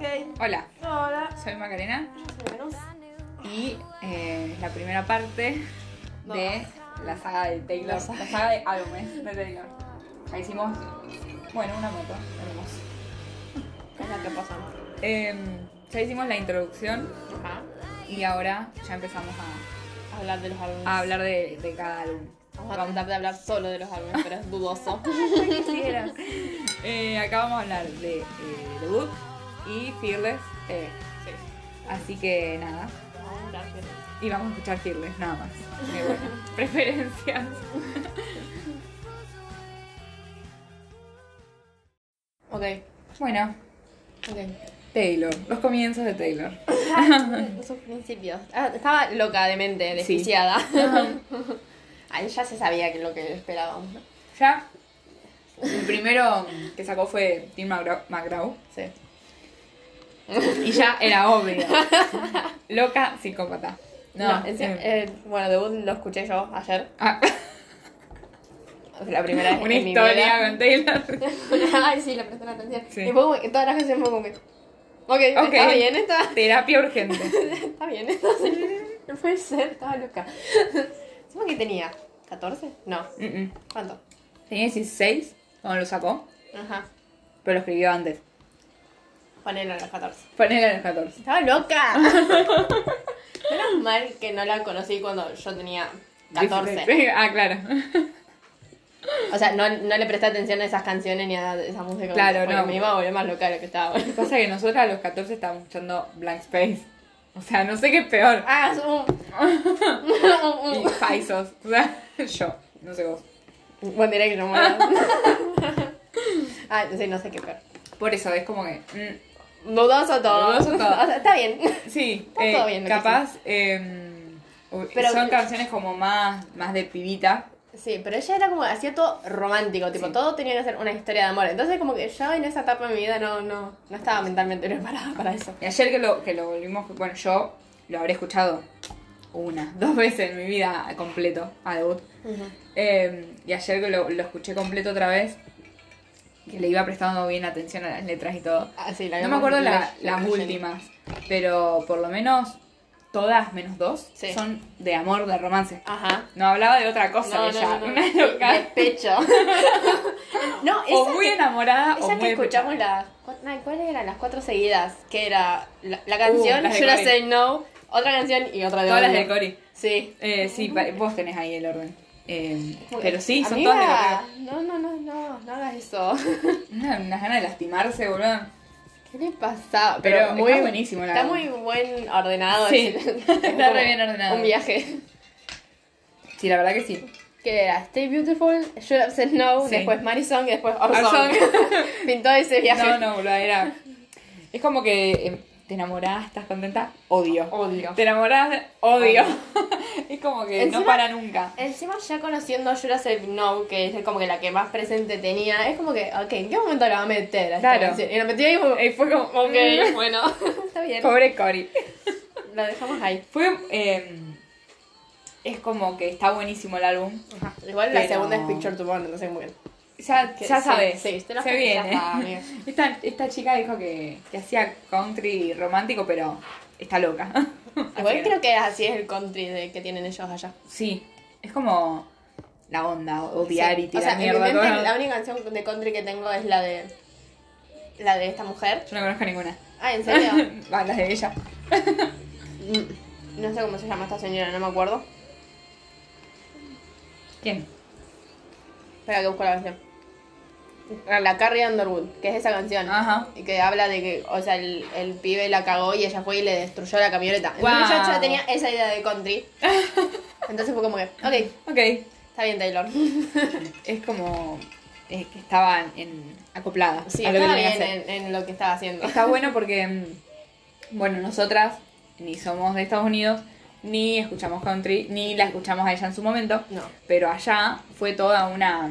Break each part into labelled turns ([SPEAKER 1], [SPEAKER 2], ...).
[SPEAKER 1] Hey.
[SPEAKER 2] Hola,
[SPEAKER 1] Hola.
[SPEAKER 2] soy Macarena
[SPEAKER 1] Yo soy Venus.
[SPEAKER 2] y eh, es la primera parte de la saga de Taylor,
[SPEAKER 1] La
[SPEAKER 2] la
[SPEAKER 1] saga.
[SPEAKER 2] saga, de álbumes de Taylor. Ya hicimos, bueno, una moto, hermoso.
[SPEAKER 1] Es la que pasamos.
[SPEAKER 2] Em, ya hicimos la introducción
[SPEAKER 1] Ajá.
[SPEAKER 2] y ahora ya empezamos a,
[SPEAKER 1] Hablar de los álbumes.
[SPEAKER 2] a hablar de, de cada álbum.
[SPEAKER 1] Vamos a tratar de hablar solo de los álbumes, pero es dudoso.
[SPEAKER 2] Eh, acá vamos a hablar de eh, The Book y Fearless. eh,
[SPEAKER 1] sí.
[SPEAKER 2] así que nada,
[SPEAKER 1] Vamos a hablar de-
[SPEAKER 2] y vamos a escuchar Fearless, nada más. Eh, bueno, preferencias.
[SPEAKER 1] Ok.
[SPEAKER 2] Bueno,
[SPEAKER 1] Ok.
[SPEAKER 2] Taylor, los comienzos de Taylor.
[SPEAKER 1] Esos principios. Ah, estaba loca de mente,
[SPEAKER 2] Sí.
[SPEAKER 1] desquiciada. A ella se sabía que lo que esperábamos. ¿no?
[SPEAKER 2] Ya. El primero que sacó fue Tim McGraw, McGraw,
[SPEAKER 1] Sí.
[SPEAKER 2] y ya era obvio. Loca psicópata. No,
[SPEAKER 1] encima-
[SPEAKER 2] eh,
[SPEAKER 1] eh, bueno, debut lo escuché yo ayer.
[SPEAKER 2] ah,
[SPEAKER 1] La primera vez
[SPEAKER 2] eh, una
[SPEAKER 1] en mi
[SPEAKER 2] historia
[SPEAKER 1] vida.
[SPEAKER 2] con Taylor.
[SPEAKER 1] Ay, sí, le presté la atención.
[SPEAKER 2] Sí.
[SPEAKER 1] Y fue como que todas las canciones fue como que. Ok,
[SPEAKER 2] Ok.
[SPEAKER 1] está bien, está,
[SPEAKER 2] Terapia urgente.
[SPEAKER 1] está bien, está bien. No puede ser, estaba loca. ¿Sabes que tenía? ¿14? No.
[SPEAKER 2] Mm, mm.
[SPEAKER 1] ¿Cuánto?
[SPEAKER 2] Tenía 16 cuando lo sacó,
[SPEAKER 1] Ajá.
[SPEAKER 2] pero lo escribió antes.
[SPEAKER 1] Ponelo a los 14.
[SPEAKER 2] Ponele a los 14.
[SPEAKER 1] Estaba loca. Menos mal que no la conocí cuando yo tenía 14.
[SPEAKER 2] 16. Ah, claro.
[SPEAKER 1] O sea, no, no le presté atención a esas canciones ni a esa música.
[SPEAKER 2] Claro,
[SPEAKER 1] porque
[SPEAKER 2] no.
[SPEAKER 1] Me iba a volver más loca de lo que estaba.
[SPEAKER 2] Lo que pasa es que nosotros a los 14 estábamos escuchando Blank Space. O sea, no sé qué es peor.
[SPEAKER 1] Ah, es un.
[SPEAKER 2] Y Paisos. O sea, yo. No sé vos.
[SPEAKER 1] Buen directo, muy Ah, sí, no sé qué peor.
[SPEAKER 2] Por eso es como que. mm,
[SPEAKER 1] Dudoso todo.
[SPEAKER 2] Dudoso todo.
[SPEAKER 1] O sea, está bien.
[SPEAKER 2] Sí,
[SPEAKER 1] Está
[SPEAKER 2] eh,
[SPEAKER 1] todo bien lo que
[SPEAKER 2] capaz em, u-
[SPEAKER 1] Pero-
[SPEAKER 2] son canciones como más, más de pibita.
[SPEAKER 1] Sí, pero ella era como, hacía todo romántico, tipo,
[SPEAKER 2] Sí.
[SPEAKER 1] todo tenía que ser una historia de amor. Entonces, como que yo en esa etapa de mi vida no, no, no estaba mentalmente preparada para eso.
[SPEAKER 2] Y ayer que lo, que lo volvimos, bueno, yo lo habré escuchado una, dos veces en mi vida a completo, a debut. Em, y ayer que lo, lo escuché completo otra vez, que le iba prestando bien atención a las letras y todo.
[SPEAKER 1] Ah, sí, la
[SPEAKER 2] No me
[SPEAKER 1] vimos
[SPEAKER 2] acuerdo la-
[SPEAKER 1] ley-
[SPEAKER 2] las
[SPEAKER 1] leyendo.
[SPEAKER 2] últimas, pero por lo menos todas menos dos
[SPEAKER 1] Sí.
[SPEAKER 2] son de amor, de romance.
[SPEAKER 1] Ajá.
[SPEAKER 2] No hablaba de otra cosa
[SPEAKER 1] No, no,
[SPEAKER 2] ella,
[SPEAKER 1] no, no,
[SPEAKER 2] una
[SPEAKER 1] de-
[SPEAKER 2] loca.
[SPEAKER 1] de pecho. no, esa
[SPEAKER 2] o muy
[SPEAKER 1] que-
[SPEAKER 2] enamorada o
[SPEAKER 1] Esa
[SPEAKER 2] muy
[SPEAKER 1] Ah, que escuchamos
[SPEAKER 2] despechada.
[SPEAKER 1] las. ¿Cuáles eran las cuatro seguidas? Que era la, la canción,
[SPEAKER 2] Uh, las de
[SPEAKER 1] Should I
[SPEAKER 2] Cory.
[SPEAKER 1] Say No, otra canción y otra de
[SPEAKER 2] todas las
[SPEAKER 1] Olio.
[SPEAKER 2] de Cory.
[SPEAKER 1] Sí.
[SPEAKER 2] Eh, sí, pa- vos tenés ahí el orden. Eh, pero sí, son
[SPEAKER 1] Amiga,
[SPEAKER 2] todas de Cory.
[SPEAKER 1] No, no, no, no, no hagas eso.
[SPEAKER 2] Una- unas ganas de lastimarse, boludo.
[SPEAKER 1] ¿Qué le pasa?
[SPEAKER 2] Pero está buenísimo, la
[SPEAKER 1] Está
[SPEAKER 2] verdad.
[SPEAKER 1] muy buen ordenado.
[SPEAKER 2] Sí,
[SPEAKER 1] es-
[SPEAKER 2] está re bien ordenado.
[SPEAKER 1] Un viaje.
[SPEAKER 2] Sí, la verdad que sí.
[SPEAKER 1] Que era Stay Beautiful, Should Have Said No,
[SPEAKER 2] Sí.
[SPEAKER 1] después Madison y después
[SPEAKER 2] Our
[SPEAKER 1] Orson. Pintó ese viaje.
[SPEAKER 2] No, no, boludo, era. Es como que eh, te enamorás, estás contenta, odio.
[SPEAKER 1] Odio.
[SPEAKER 2] Te enamorás, odio. es como que
[SPEAKER 1] Encima-
[SPEAKER 2] no para nunca.
[SPEAKER 1] Encima ya conociendo Should Have Said No, que es como que la que más presente tenía, es como que, ok, ¿en qué momento la va a meter? a esta
[SPEAKER 2] Claro.
[SPEAKER 1] canción? Y la metió ahí como,
[SPEAKER 2] Eh, fue como,
[SPEAKER 1] ok, bueno, está bien.
[SPEAKER 2] Pobre Cory.
[SPEAKER 1] La dejamos ahí.
[SPEAKER 2] Fue. eh, es como que está buenísimo el álbum.
[SPEAKER 1] Igual la
[SPEAKER 2] Pero-
[SPEAKER 1] segunda es Picture to Burn, entonces muy bien.
[SPEAKER 2] Ya,
[SPEAKER 1] Que-
[SPEAKER 2] ya
[SPEAKER 1] sí,
[SPEAKER 2] sabes.
[SPEAKER 1] sí, te lo
[SPEAKER 2] se
[SPEAKER 1] juro, ya
[SPEAKER 2] viene.
[SPEAKER 1] sabes.
[SPEAKER 2] Esta, esta chica dijo que, que hacía country romántico, pero está loca.
[SPEAKER 1] Igual
[SPEAKER 2] Así que no.
[SPEAKER 1] creo que así es el country de- que tienen ellos allá.
[SPEAKER 2] Sí, es como la onda, odiar
[SPEAKER 1] Sí.
[SPEAKER 2] y tirar
[SPEAKER 1] o sea, en mi
[SPEAKER 2] mierda.
[SPEAKER 1] mente,
[SPEAKER 2] todo.
[SPEAKER 1] la única canción de country que tengo es la de la de esta mujer.
[SPEAKER 2] Yo no conozco ninguna.
[SPEAKER 1] Ah, ¿en serio?
[SPEAKER 2] Va, las de ella.
[SPEAKER 1] Mm, no sé cómo se llama esta señora, no me acuerdo.
[SPEAKER 2] ¿Quién?
[SPEAKER 1] Espera que busco la canción. Ah, La Carrie Underwood, que es esa canción.
[SPEAKER 2] Ajá.
[SPEAKER 1] Y que habla de que, o sea, el, el pibe la cagó y ella fue y le destruyó la camioneta. Entonces
[SPEAKER 2] Guau.
[SPEAKER 1] yo ya tenía esa idea de country. Entonces fue como que, ok,
[SPEAKER 2] Ok.
[SPEAKER 1] está bien Taylor.
[SPEAKER 2] Es como eh, que estaban en, acopladas
[SPEAKER 1] Sí,
[SPEAKER 2] a lo que
[SPEAKER 1] estaba
[SPEAKER 2] tenía
[SPEAKER 1] bien
[SPEAKER 2] que hacer.
[SPEAKER 1] en, en lo que estaba haciendo.
[SPEAKER 2] Está bueno porque, mm, bueno, nosotras ni somos de Estados Unidos, ni escuchamos country, ni la escuchamos a ella en su momento.
[SPEAKER 1] No.
[SPEAKER 2] Pero allá fue toda una,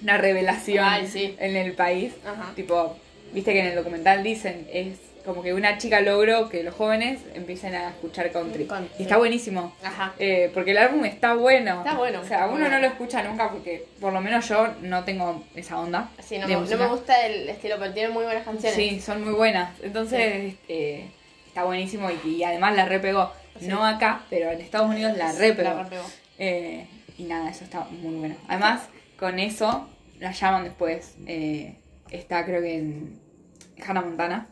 [SPEAKER 2] una revelación
[SPEAKER 1] Ay, sí.
[SPEAKER 2] en el país.
[SPEAKER 1] Ajá.
[SPEAKER 2] Tipo, viste que en el documental dicen, es como que una chica logró que los jóvenes empiecen a escuchar country.
[SPEAKER 1] Country.
[SPEAKER 2] Y está buenísimo.
[SPEAKER 1] Ajá.
[SPEAKER 2] Eh, porque el álbum está bueno.
[SPEAKER 1] Está bueno.
[SPEAKER 2] O sea, uno
[SPEAKER 1] Bueno.
[SPEAKER 2] no lo escucha nunca porque por lo menos yo no tengo esa onda.
[SPEAKER 1] Sí, no,
[SPEAKER 2] de
[SPEAKER 1] me, no
[SPEAKER 2] música.
[SPEAKER 1] me gusta el estilo, pero tiene muy buenas canciones.
[SPEAKER 2] Sí, son muy buenas. Entonces, eh, está buenísimo y, y además la repegó.
[SPEAKER 1] Sí.
[SPEAKER 2] No acá, pero en Estados Unidos la repegó.
[SPEAKER 1] La repegó.
[SPEAKER 2] Eh, y nada, eso está muy bueno. Además, con eso la llaman después. eh, está creo que en Hannah Montana.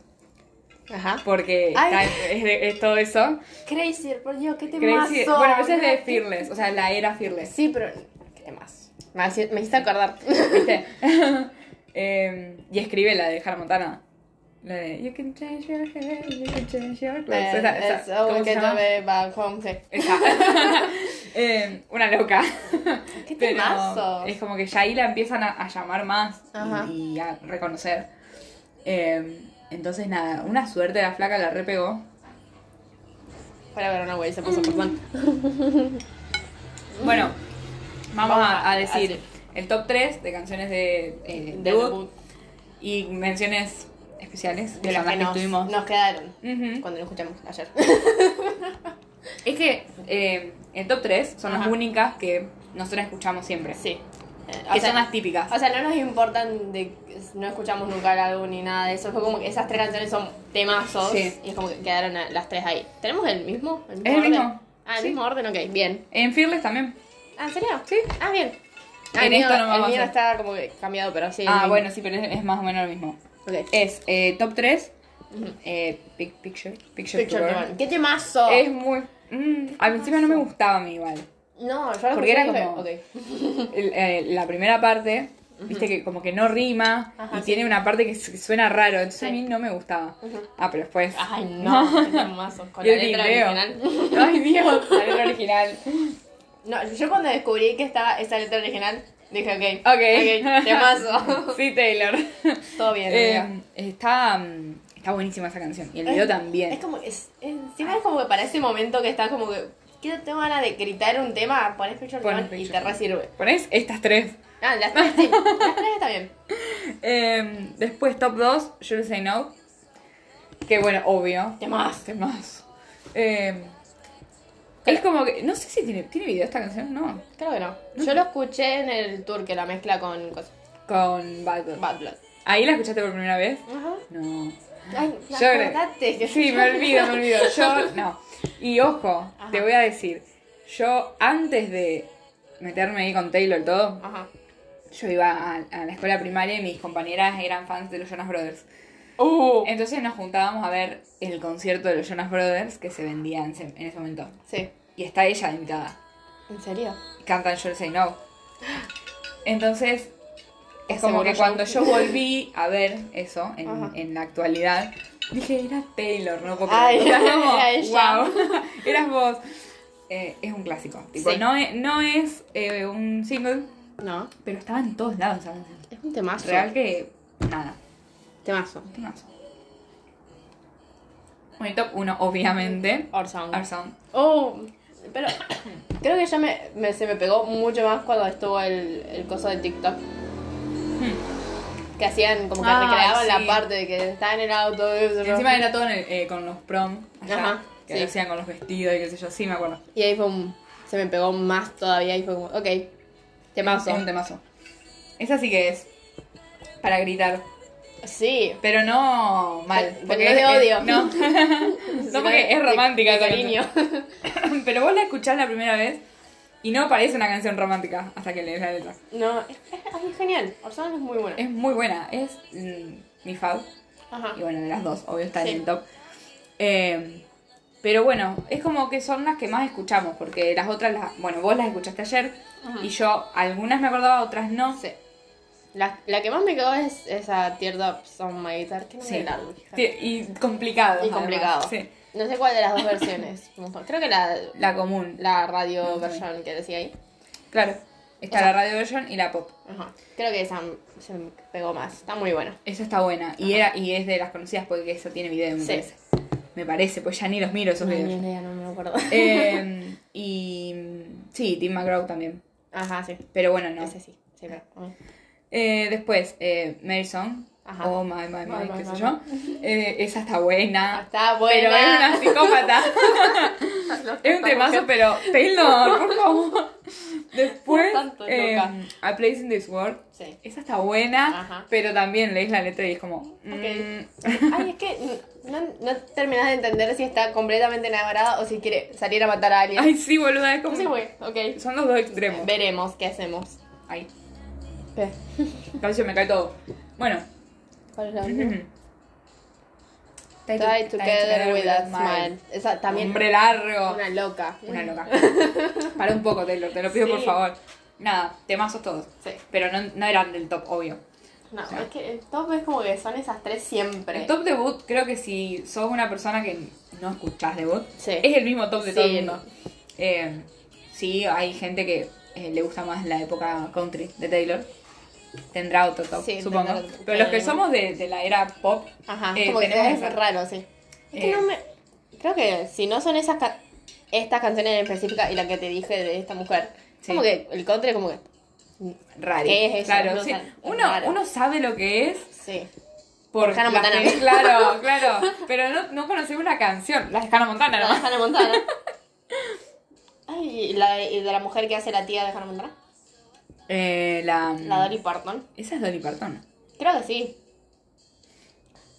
[SPEAKER 1] Ajá.
[SPEAKER 2] Porque está-
[SPEAKER 1] Ay.
[SPEAKER 2] es, de- es todo eso.
[SPEAKER 1] Crazy, por Dios, qué temazo.
[SPEAKER 2] Crazy- Bueno, a veces de Fearless, o sea, la era Fearless.
[SPEAKER 1] Sí, pero qué temazo. Me haci- me hiciste acordar.
[SPEAKER 2] ¿Viste? Eh, y escribe la de Hannah Montana. La de You can change your hair, you can change your clothes. Pues,
[SPEAKER 1] Eh,
[SPEAKER 2] Esa- esa-
[SPEAKER 1] That's all
[SPEAKER 2] ¿cómo
[SPEAKER 1] we
[SPEAKER 2] se
[SPEAKER 1] get
[SPEAKER 2] llama?
[SPEAKER 1] away back home, sí.
[SPEAKER 2] Esa. Eh, una loca.
[SPEAKER 1] Qué
[SPEAKER 2] Pero
[SPEAKER 1] temazo.
[SPEAKER 2] Es como que ya ahí la empiezan a, a llamar más y-
[SPEAKER 1] Ajá.
[SPEAKER 2] y, a reconocer. Eh, entonces, nada, una suerte la flaca la repegó.
[SPEAKER 1] Para ver una güey, se
[SPEAKER 2] Mm.
[SPEAKER 1] puso perdón.
[SPEAKER 2] Bueno, vamos a,
[SPEAKER 1] Vamos
[SPEAKER 2] a
[SPEAKER 1] a-
[SPEAKER 2] decir
[SPEAKER 1] así.
[SPEAKER 2] el top 3 de canciones de, eh,
[SPEAKER 1] Del
[SPEAKER 2] debut
[SPEAKER 1] debut.
[SPEAKER 2] y menciones especiales
[SPEAKER 1] De
[SPEAKER 2] de
[SPEAKER 1] las
[SPEAKER 2] las
[SPEAKER 1] que
[SPEAKER 2] que
[SPEAKER 1] nos,
[SPEAKER 2] tuvimos. Mm.
[SPEAKER 1] nos quedaron
[SPEAKER 2] Ujú.
[SPEAKER 1] cuando lo escuchamos ayer.
[SPEAKER 2] Es que eh, el top 3 son las
[SPEAKER 1] Ajá.
[SPEAKER 2] únicas que nosotros escuchamos siempre.
[SPEAKER 1] Sí. Eh,
[SPEAKER 2] Que son las típicas.
[SPEAKER 1] O sea, no nos importan de no escuchamos nunca el álbum ni nada de eso. Fue como que esas tres canciones son temazos
[SPEAKER 2] Sí.
[SPEAKER 1] y es como que quedaron a- las tres ahí. ¿Tenemos el mismo? ¿El
[SPEAKER 2] Es el
[SPEAKER 1] orden?
[SPEAKER 2] mismo.
[SPEAKER 1] Ah, el
[SPEAKER 2] Sí.
[SPEAKER 1] mismo orden, ok, bien.
[SPEAKER 2] En Fearless también.
[SPEAKER 1] Ah, ¿en serio?
[SPEAKER 2] Sí.
[SPEAKER 1] Ah, bien.
[SPEAKER 2] En
[SPEAKER 1] Ah, el mío,
[SPEAKER 2] esto no me
[SPEAKER 1] el
[SPEAKER 2] va a
[SPEAKER 1] mío
[SPEAKER 2] hacer.
[SPEAKER 1] está como que cambiado, pero sí. el
[SPEAKER 2] Ah,
[SPEAKER 1] mismo.
[SPEAKER 2] bueno, sí, pero es, es más o menos lo mismo.
[SPEAKER 1] Ok.
[SPEAKER 2] Es eh, top 3,
[SPEAKER 1] Ujú.
[SPEAKER 2] eh, Big Picture, Picture,
[SPEAKER 1] Picture
[SPEAKER 2] Tour. Eh,
[SPEAKER 1] Tour. ¡Qué temazo!
[SPEAKER 2] Es muy... mm, al principio no me gustaba a mí igual.
[SPEAKER 1] No, yo lo escuché
[SPEAKER 2] Porque era
[SPEAKER 1] y dije,
[SPEAKER 2] como-
[SPEAKER 1] ok.
[SPEAKER 2] El- eh, la primera parte, viste que como que no rima
[SPEAKER 1] Ajá,
[SPEAKER 2] y
[SPEAKER 1] sí.
[SPEAKER 2] tiene una parte que su- suena raro, entonces a
[SPEAKER 1] Sí.
[SPEAKER 2] mí no me gustaba.
[SPEAKER 1] Ujú.
[SPEAKER 2] Ah, pero después...
[SPEAKER 1] Ay, no, qué temazo. Con
[SPEAKER 2] Y
[SPEAKER 1] la
[SPEAKER 2] el
[SPEAKER 1] letra
[SPEAKER 2] video.
[SPEAKER 1] original.
[SPEAKER 2] Ay, Dios, la letra original.
[SPEAKER 1] No, yo cuando descubrí que estaba esa letra original, dije, ok.
[SPEAKER 2] Ok.
[SPEAKER 1] temazo.
[SPEAKER 2] Sí, Taylor.
[SPEAKER 1] Todo bien, amiga.
[SPEAKER 2] Eh, está, mm, está buenísima esa canción. Y el video
[SPEAKER 1] Es-
[SPEAKER 2] también.
[SPEAKER 1] Es como, es, encima es como que para ese momento que estás como que, ¿qué tengo ganas de gritar un tema? Pones Picture
[SPEAKER 2] Pones
[SPEAKER 1] Tone y
[SPEAKER 2] Picture
[SPEAKER 1] te resirve.
[SPEAKER 2] ¿Ponés estas tres?
[SPEAKER 1] Ah, las tres, sí, las tres está bien.
[SPEAKER 2] Eh, después, top 2, You'll Say No. Que bueno, obvio.
[SPEAKER 1] Temas.
[SPEAKER 2] Temas. Eh, es como que. No sé si tiene, ¿tiene video esta canción, no.
[SPEAKER 1] Creo que no. Yo lo escuché en el tour que la mezcla con cosas.
[SPEAKER 2] Con Bad Blood.
[SPEAKER 1] Bad Blood.
[SPEAKER 2] ¿Ahí la escuchaste por primera vez?
[SPEAKER 1] Ajá.
[SPEAKER 2] No.
[SPEAKER 1] Ay,
[SPEAKER 2] Yo-
[SPEAKER 1] acordate que
[SPEAKER 2] Sí, me olvido, me olvido. Yo, no. Y ojo,
[SPEAKER 1] Ajá.
[SPEAKER 2] te voy a decir. Yo, antes de meterme ahí con Taylor y todo,
[SPEAKER 1] Ajá.
[SPEAKER 2] yo iba a, a la escuela primaria y mis compañeras eran fans de los Jonas Brothers.
[SPEAKER 1] Uh.
[SPEAKER 2] Entonces nos juntábamos a ver el concierto de los Jonas Brothers que se vendía en, ese- en ese momento.
[SPEAKER 1] Sí.
[SPEAKER 2] Y está ella de invitada.
[SPEAKER 1] ¿En serio?
[SPEAKER 2] Cantan You'll Say No. Entonces, es
[SPEAKER 1] Se
[SPEAKER 2] como
[SPEAKER 1] borró
[SPEAKER 2] que
[SPEAKER 1] ya.
[SPEAKER 2] cuando yo volví a ver eso
[SPEAKER 1] Ajá.
[SPEAKER 2] en, en la actualidad, dije, era Taylor, no puedo
[SPEAKER 1] Ay,
[SPEAKER 2] creer. O sea, como,
[SPEAKER 1] era ella.
[SPEAKER 2] wow, eras vos. Eh, es un clásico. Tipo,
[SPEAKER 1] Sí.
[SPEAKER 2] no es, no es eh, un single,
[SPEAKER 1] No.
[SPEAKER 2] pero estaba en todos lados esa canción.
[SPEAKER 1] Es un temazo.
[SPEAKER 2] Real que nada.
[SPEAKER 1] Temazo.
[SPEAKER 2] Un temazo. Bueno, y top 1, obviamente.
[SPEAKER 1] Or Sound.
[SPEAKER 2] Our Sound.
[SPEAKER 1] Oh, pero creo que ya me, me- se me pegó mucho más cuando estuvo el, el coso de TikTok. Que hacían, como que
[SPEAKER 2] Ah,
[SPEAKER 1] recreaban
[SPEAKER 2] sí.
[SPEAKER 1] la parte de que estaba en el auto. y eso, ¿no?
[SPEAKER 2] Que Encima era todo en el- eh, con los prom. Allá,
[SPEAKER 1] Ajá,
[SPEAKER 2] que
[SPEAKER 1] sí.
[SPEAKER 2] lo hacían con los vestidos y qué sé yo. Sí, me acuerdo.
[SPEAKER 1] Y ahí fue un- se me pegó más todavía y fue como, ok, temazo.
[SPEAKER 2] Es un temazo. Esa sí que es. Para gritar.
[SPEAKER 1] Sí.
[SPEAKER 2] Pero no mal.
[SPEAKER 1] Pero
[SPEAKER 2] porque
[SPEAKER 1] no
[SPEAKER 2] es-
[SPEAKER 1] de
[SPEAKER 2] es-
[SPEAKER 1] odio.
[SPEAKER 2] no. no, porque es romántica.
[SPEAKER 1] De
[SPEAKER 2] esa
[SPEAKER 1] cariño.
[SPEAKER 2] canción. Pero vos la escuchás la primera vez y no parece una canción romántica hasta que lees la letra.
[SPEAKER 1] No, es, es- ay, es genial. Orson es muy buena.
[SPEAKER 2] Es muy buena. Es mm, mi fav.
[SPEAKER 1] Ajá.
[SPEAKER 2] Y bueno, de las dos, obvio, está
[SPEAKER 1] Sí.
[SPEAKER 2] en el top. Eh, pero bueno, es como que son las que más escuchamos, porque las otras, las, bueno, vos las escuchaste ayer
[SPEAKER 1] Ajá.
[SPEAKER 2] y yo algunas me acordaba, otras no.
[SPEAKER 1] Sí. La, la que más me quedó es esa Teardrops on My Guitar. Que no
[SPEAKER 2] Sí.
[SPEAKER 1] me largo. hija.
[SPEAKER 2] Sí, Y complicado.
[SPEAKER 1] Y complicado.
[SPEAKER 2] Sí.
[SPEAKER 1] No sé cuál de las dos versiones. me gustó. Creo que la,
[SPEAKER 2] La común.
[SPEAKER 1] la radio
[SPEAKER 2] No sé.
[SPEAKER 1] version que decía ahí.
[SPEAKER 2] claro. Está
[SPEAKER 1] O sea-
[SPEAKER 2] la radio version y la pop.
[SPEAKER 1] Ajá. Creo que esa se me pegó más. Está muy buena.
[SPEAKER 2] Esa está buena. Y era y es de las conocidas porque esa tiene video, me
[SPEAKER 1] Sí.
[SPEAKER 2] parece. Me parece, pues ya ni los miro esos
[SPEAKER 1] Ay,
[SPEAKER 2] videos.
[SPEAKER 1] ni idea, no me acuerdo.
[SPEAKER 2] Eh, y mm, sí, Tim McGraw también.
[SPEAKER 1] Ajá, sí.
[SPEAKER 2] Pero bueno, Ah, no.
[SPEAKER 1] Ese sí. Sí, pero. ah.
[SPEAKER 2] Eh, después, eh, Mary Song,
[SPEAKER 1] Ajá.
[SPEAKER 2] Oh my, my, my,
[SPEAKER 1] My, my,
[SPEAKER 2] qué sé
[SPEAKER 1] my.
[SPEAKER 2] yo. Eh, esa está buena.
[SPEAKER 1] Ah, Está
[SPEAKER 2] Pero es una
[SPEAKER 1] buena.
[SPEAKER 2] psicópata.
[SPEAKER 1] Los
[SPEAKER 2] es un
[SPEAKER 1] personajes.
[SPEAKER 2] temazo, pero Taylor, por favor. Después,
[SPEAKER 1] Tanto
[SPEAKER 2] eh,
[SPEAKER 1] loca.
[SPEAKER 2] A Place in This World.
[SPEAKER 1] Sí.
[SPEAKER 2] Esa está buena,
[SPEAKER 1] Ajá.
[SPEAKER 2] pero también lees la letra y es como. mm,
[SPEAKER 1] Ay, es que no, no terminas de entender si está completamente enamorada o si quiere salir a matar a alguien.
[SPEAKER 2] Ay, sí, boluda, es como.
[SPEAKER 1] sí, güey, ok.
[SPEAKER 2] Son los dos extremos.
[SPEAKER 1] Veremos qué hacemos.
[SPEAKER 2] Ay,
[SPEAKER 1] ¿Qué?
[SPEAKER 2] casi se me cae todo. Bueno.
[SPEAKER 1] ¿Cuál es la
[SPEAKER 2] Tie
[SPEAKER 1] otra? Die together with a smile. Esa también.
[SPEAKER 2] Hombre largo.
[SPEAKER 1] Una loca.
[SPEAKER 2] Una loca. Para un poco, Taylor, te lo pido
[SPEAKER 1] Sí.
[SPEAKER 2] por favor. Nada, temazos todos.
[SPEAKER 1] Sí.
[SPEAKER 2] Pero no, no eran del top, obvio.
[SPEAKER 1] No,
[SPEAKER 2] Sí.
[SPEAKER 1] es que el top es como que son esas tres siempre.
[SPEAKER 2] El top debut, creo que si sos una persona que no escuchás debut,
[SPEAKER 1] Sí.
[SPEAKER 2] es el mismo top de
[SPEAKER 1] Sí.
[SPEAKER 2] todo el mundo. Eh, sí, hay gente que eh, le gusta más la época country de Taylor. Tendrá otro top,
[SPEAKER 1] Sí,
[SPEAKER 2] supongo.
[SPEAKER 1] tendrá otro-
[SPEAKER 2] Pero los que
[SPEAKER 1] eh,
[SPEAKER 2] somos de, de la era pop,
[SPEAKER 1] Ajá,
[SPEAKER 2] eh,
[SPEAKER 1] como que
[SPEAKER 2] tenemos
[SPEAKER 1] es
[SPEAKER 2] esa.
[SPEAKER 1] raro, sí. Es que
[SPEAKER 2] Eh.
[SPEAKER 1] no me. Creo que si no son esas ca- estas canciones en específica y la que te dije de esta mujer,
[SPEAKER 2] Sí.
[SPEAKER 1] como que el country, como que.
[SPEAKER 2] rari.
[SPEAKER 1] ¿Qué es eso?
[SPEAKER 2] Claro,
[SPEAKER 1] No,
[SPEAKER 2] sí.
[SPEAKER 1] o sea,
[SPEAKER 2] uno,
[SPEAKER 1] raro.
[SPEAKER 2] uno sabe lo que es
[SPEAKER 1] Sí.
[SPEAKER 2] por
[SPEAKER 1] Hannah
[SPEAKER 2] las
[SPEAKER 1] Montana.
[SPEAKER 2] peli- Claro, claro. Pero no, no conocemos una canción. La de Hannah Montana,
[SPEAKER 1] La de
[SPEAKER 2] ¿no?
[SPEAKER 1] Hannah Montana. Ay, ¿y la, y de la mujer que hace la tía de Hannah Montana?
[SPEAKER 2] Eh, la...
[SPEAKER 1] La Dolly Parton.
[SPEAKER 2] Esa es Dolly Parton.
[SPEAKER 1] Creo que sí.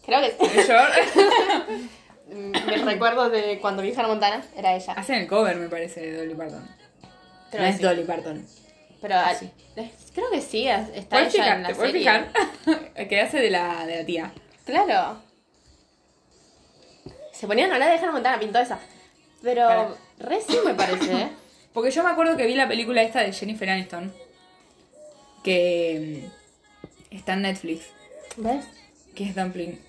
[SPEAKER 1] Creo que sí.
[SPEAKER 2] Yo-
[SPEAKER 1] Mis recuerdos Mm, de cuando vi Hannah Montana era ella.
[SPEAKER 2] Hacen el cover, me parece, de Dolly Parton.
[SPEAKER 1] Creo que
[SPEAKER 2] no es
[SPEAKER 1] Ah, sí.
[SPEAKER 2] Dolly Parton.
[SPEAKER 1] Pero ah,
[SPEAKER 2] Sí.
[SPEAKER 1] es- creo que sí, es- está
[SPEAKER 2] ¿Puedes
[SPEAKER 1] ella
[SPEAKER 2] fijar?
[SPEAKER 1] en
[SPEAKER 2] ¿Te
[SPEAKER 1] la
[SPEAKER 2] puedes
[SPEAKER 1] serie.
[SPEAKER 2] fijar? que hace de la, de la tía.
[SPEAKER 1] Claro. Se ponían a hablar de Hannah Montana, pintó esa. Pero
[SPEAKER 2] Para.
[SPEAKER 1] re sí me parece, ¿eh?
[SPEAKER 2] Porque yo me acuerdo que vi la película esta de Jennifer Aniston. Que mm, está en Netflix.
[SPEAKER 1] ¿Ves?
[SPEAKER 2] Que es Dumpling.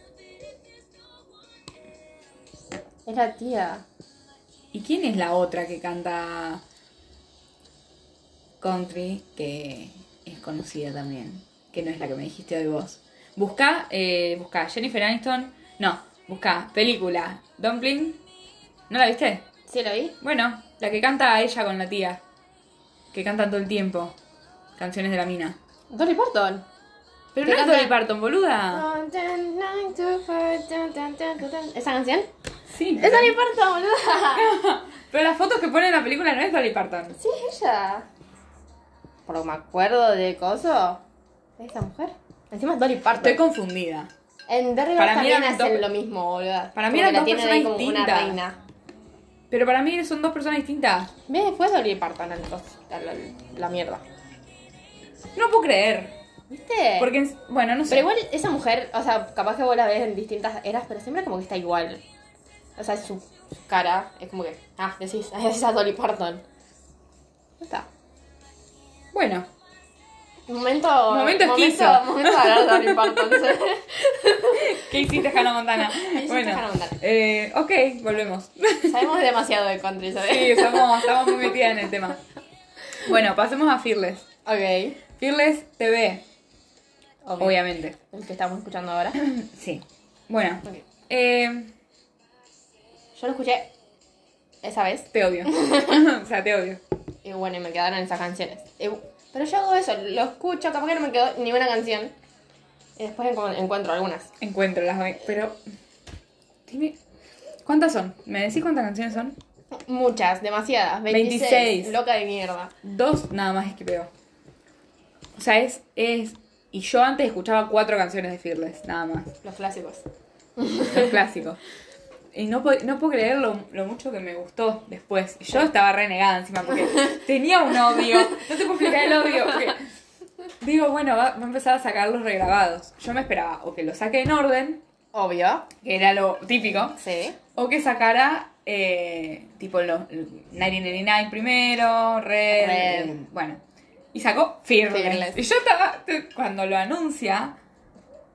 [SPEAKER 1] Es la tía.
[SPEAKER 2] ¿Y quién es la otra que canta country que es conocida también? Que no es la que me dijiste hoy vos. Busca, eh, busca Jennifer Aniston. No, busca película Dumpling. ¿No la viste?
[SPEAKER 1] ¿Sí lo vi?
[SPEAKER 2] Bueno, la que canta a ella con la tía. Que canta todo el tiempo. Canciones de la mina.
[SPEAKER 1] Dolly Parton.
[SPEAKER 2] Pero
[SPEAKER 1] Que
[SPEAKER 2] no es
[SPEAKER 1] canta-
[SPEAKER 2] Dolly Parton, boluda.
[SPEAKER 1] Ah. ¿Esa canción?
[SPEAKER 2] Sí.
[SPEAKER 1] ¡Es
[SPEAKER 2] Pero,
[SPEAKER 1] Dolly Parton, boluda!
[SPEAKER 2] pero las fotos que pone en la película no es Dolly Parton.
[SPEAKER 1] Sí, es ella. Por lo que me acuerdo de coso. ¿Es esa mujer? Encima es Dolly Parton.
[SPEAKER 2] Estoy confundida.
[SPEAKER 1] En Derry
[SPEAKER 2] Para mí
[SPEAKER 1] también
[SPEAKER 2] eran
[SPEAKER 1] hacen
[SPEAKER 2] dos-
[SPEAKER 1] lo mismo, boluda.
[SPEAKER 2] Para mí
[SPEAKER 1] Como
[SPEAKER 2] eran
[SPEAKER 1] que la
[SPEAKER 2] dos
[SPEAKER 1] tienen
[SPEAKER 2] personas
[SPEAKER 1] ahí como una
[SPEAKER 2] distintas.
[SPEAKER 1] reina.
[SPEAKER 2] Pero para mí son dos personas distintas.
[SPEAKER 1] Ve, fue Dolly Parton al cos- a la, la mierda.
[SPEAKER 2] No puedo creer.
[SPEAKER 1] ¿Viste?
[SPEAKER 2] Porque, en- bueno, no sé.
[SPEAKER 1] Pero igual esa mujer, o sea, capaz que vos la ves en distintas eras, pero siempre como que está igual. O sea, su, su cara es como que, ah, decís, "Ah, esa es Dolly Parton. Ya está.
[SPEAKER 2] Bueno,
[SPEAKER 1] Momento.
[SPEAKER 2] Momento esquizo.
[SPEAKER 1] Momento de hablar de Dolly Parton.
[SPEAKER 2] ¿qué hiciste Hannah Montana?
[SPEAKER 1] hiciste,
[SPEAKER 2] bueno,
[SPEAKER 1] Hannah Montana?
[SPEAKER 2] eh, ok, volvemos.
[SPEAKER 1] Sabemos demasiado de country, ¿sabes?
[SPEAKER 2] Sí, estamos, estamos muy metidas en el tema. Bueno, pasemos a Fearless.
[SPEAKER 1] Ok.
[SPEAKER 2] Fearless TV,
[SPEAKER 1] Obvio.
[SPEAKER 2] obviamente.
[SPEAKER 1] El que estamos escuchando ahora.
[SPEAKER 2] Sí. Bueno,
[SPEAKER 1] Ok.
[SPEAKER 2] eh,
[SPEAKER 1] Yo lo escuché esa vez.
[SPEAKER 2] te odio. o sea, te odio.
[SPEAKER 1] Y bueno, y me quedaron esas canciones. Y bu- pero yo hago eso, lo escucho, capaz que no me quedó ni una canción. Y después encu- encuentro algunas.
[SPEAKER 2] Encuentro las ve- pero... Dime, ¿cuántas son? ¿Me decís cuántas canciones son?
[SPEAKER 1] Muchas, demasiadas. 26.
[SPEAKER 2] 26.
[SPEAKER 1] Loca de mierda.
[SPEAKER 2] Dos nada más esquipeo. O sea, es, es... Y yo antes escuchaba cuatro canciones de Fearless, nada más.
[SPEAKER 1] Los clásicos.
[SPEAKER 2] Los clásicos. Y no, po- no puedo creer lo, lo mucho que me gustó después. Y Yo estaba renegada encima porque tenía un odio. No te puedo explicar el odio. porque digo, bueno, va, va a empezar a sacar los regrabados. Yo me esperaba o que lo saque en orden,
[SPEAKER 1] Obvio.
[SPEAKER 2] que era lo típico,
[SPEAKER 1] Sí.
[SPEAKER 2] o que sacara eh, tipo los 1999 primero, Red.
[SPEAKER 1] Red.
[SPEAKER 2] eh, bueno. Y sacó Fearless.
[SPEAKER 1] Fearless.
[SPEAKER 2] Y yo estaba, te- cuando lo anuncia,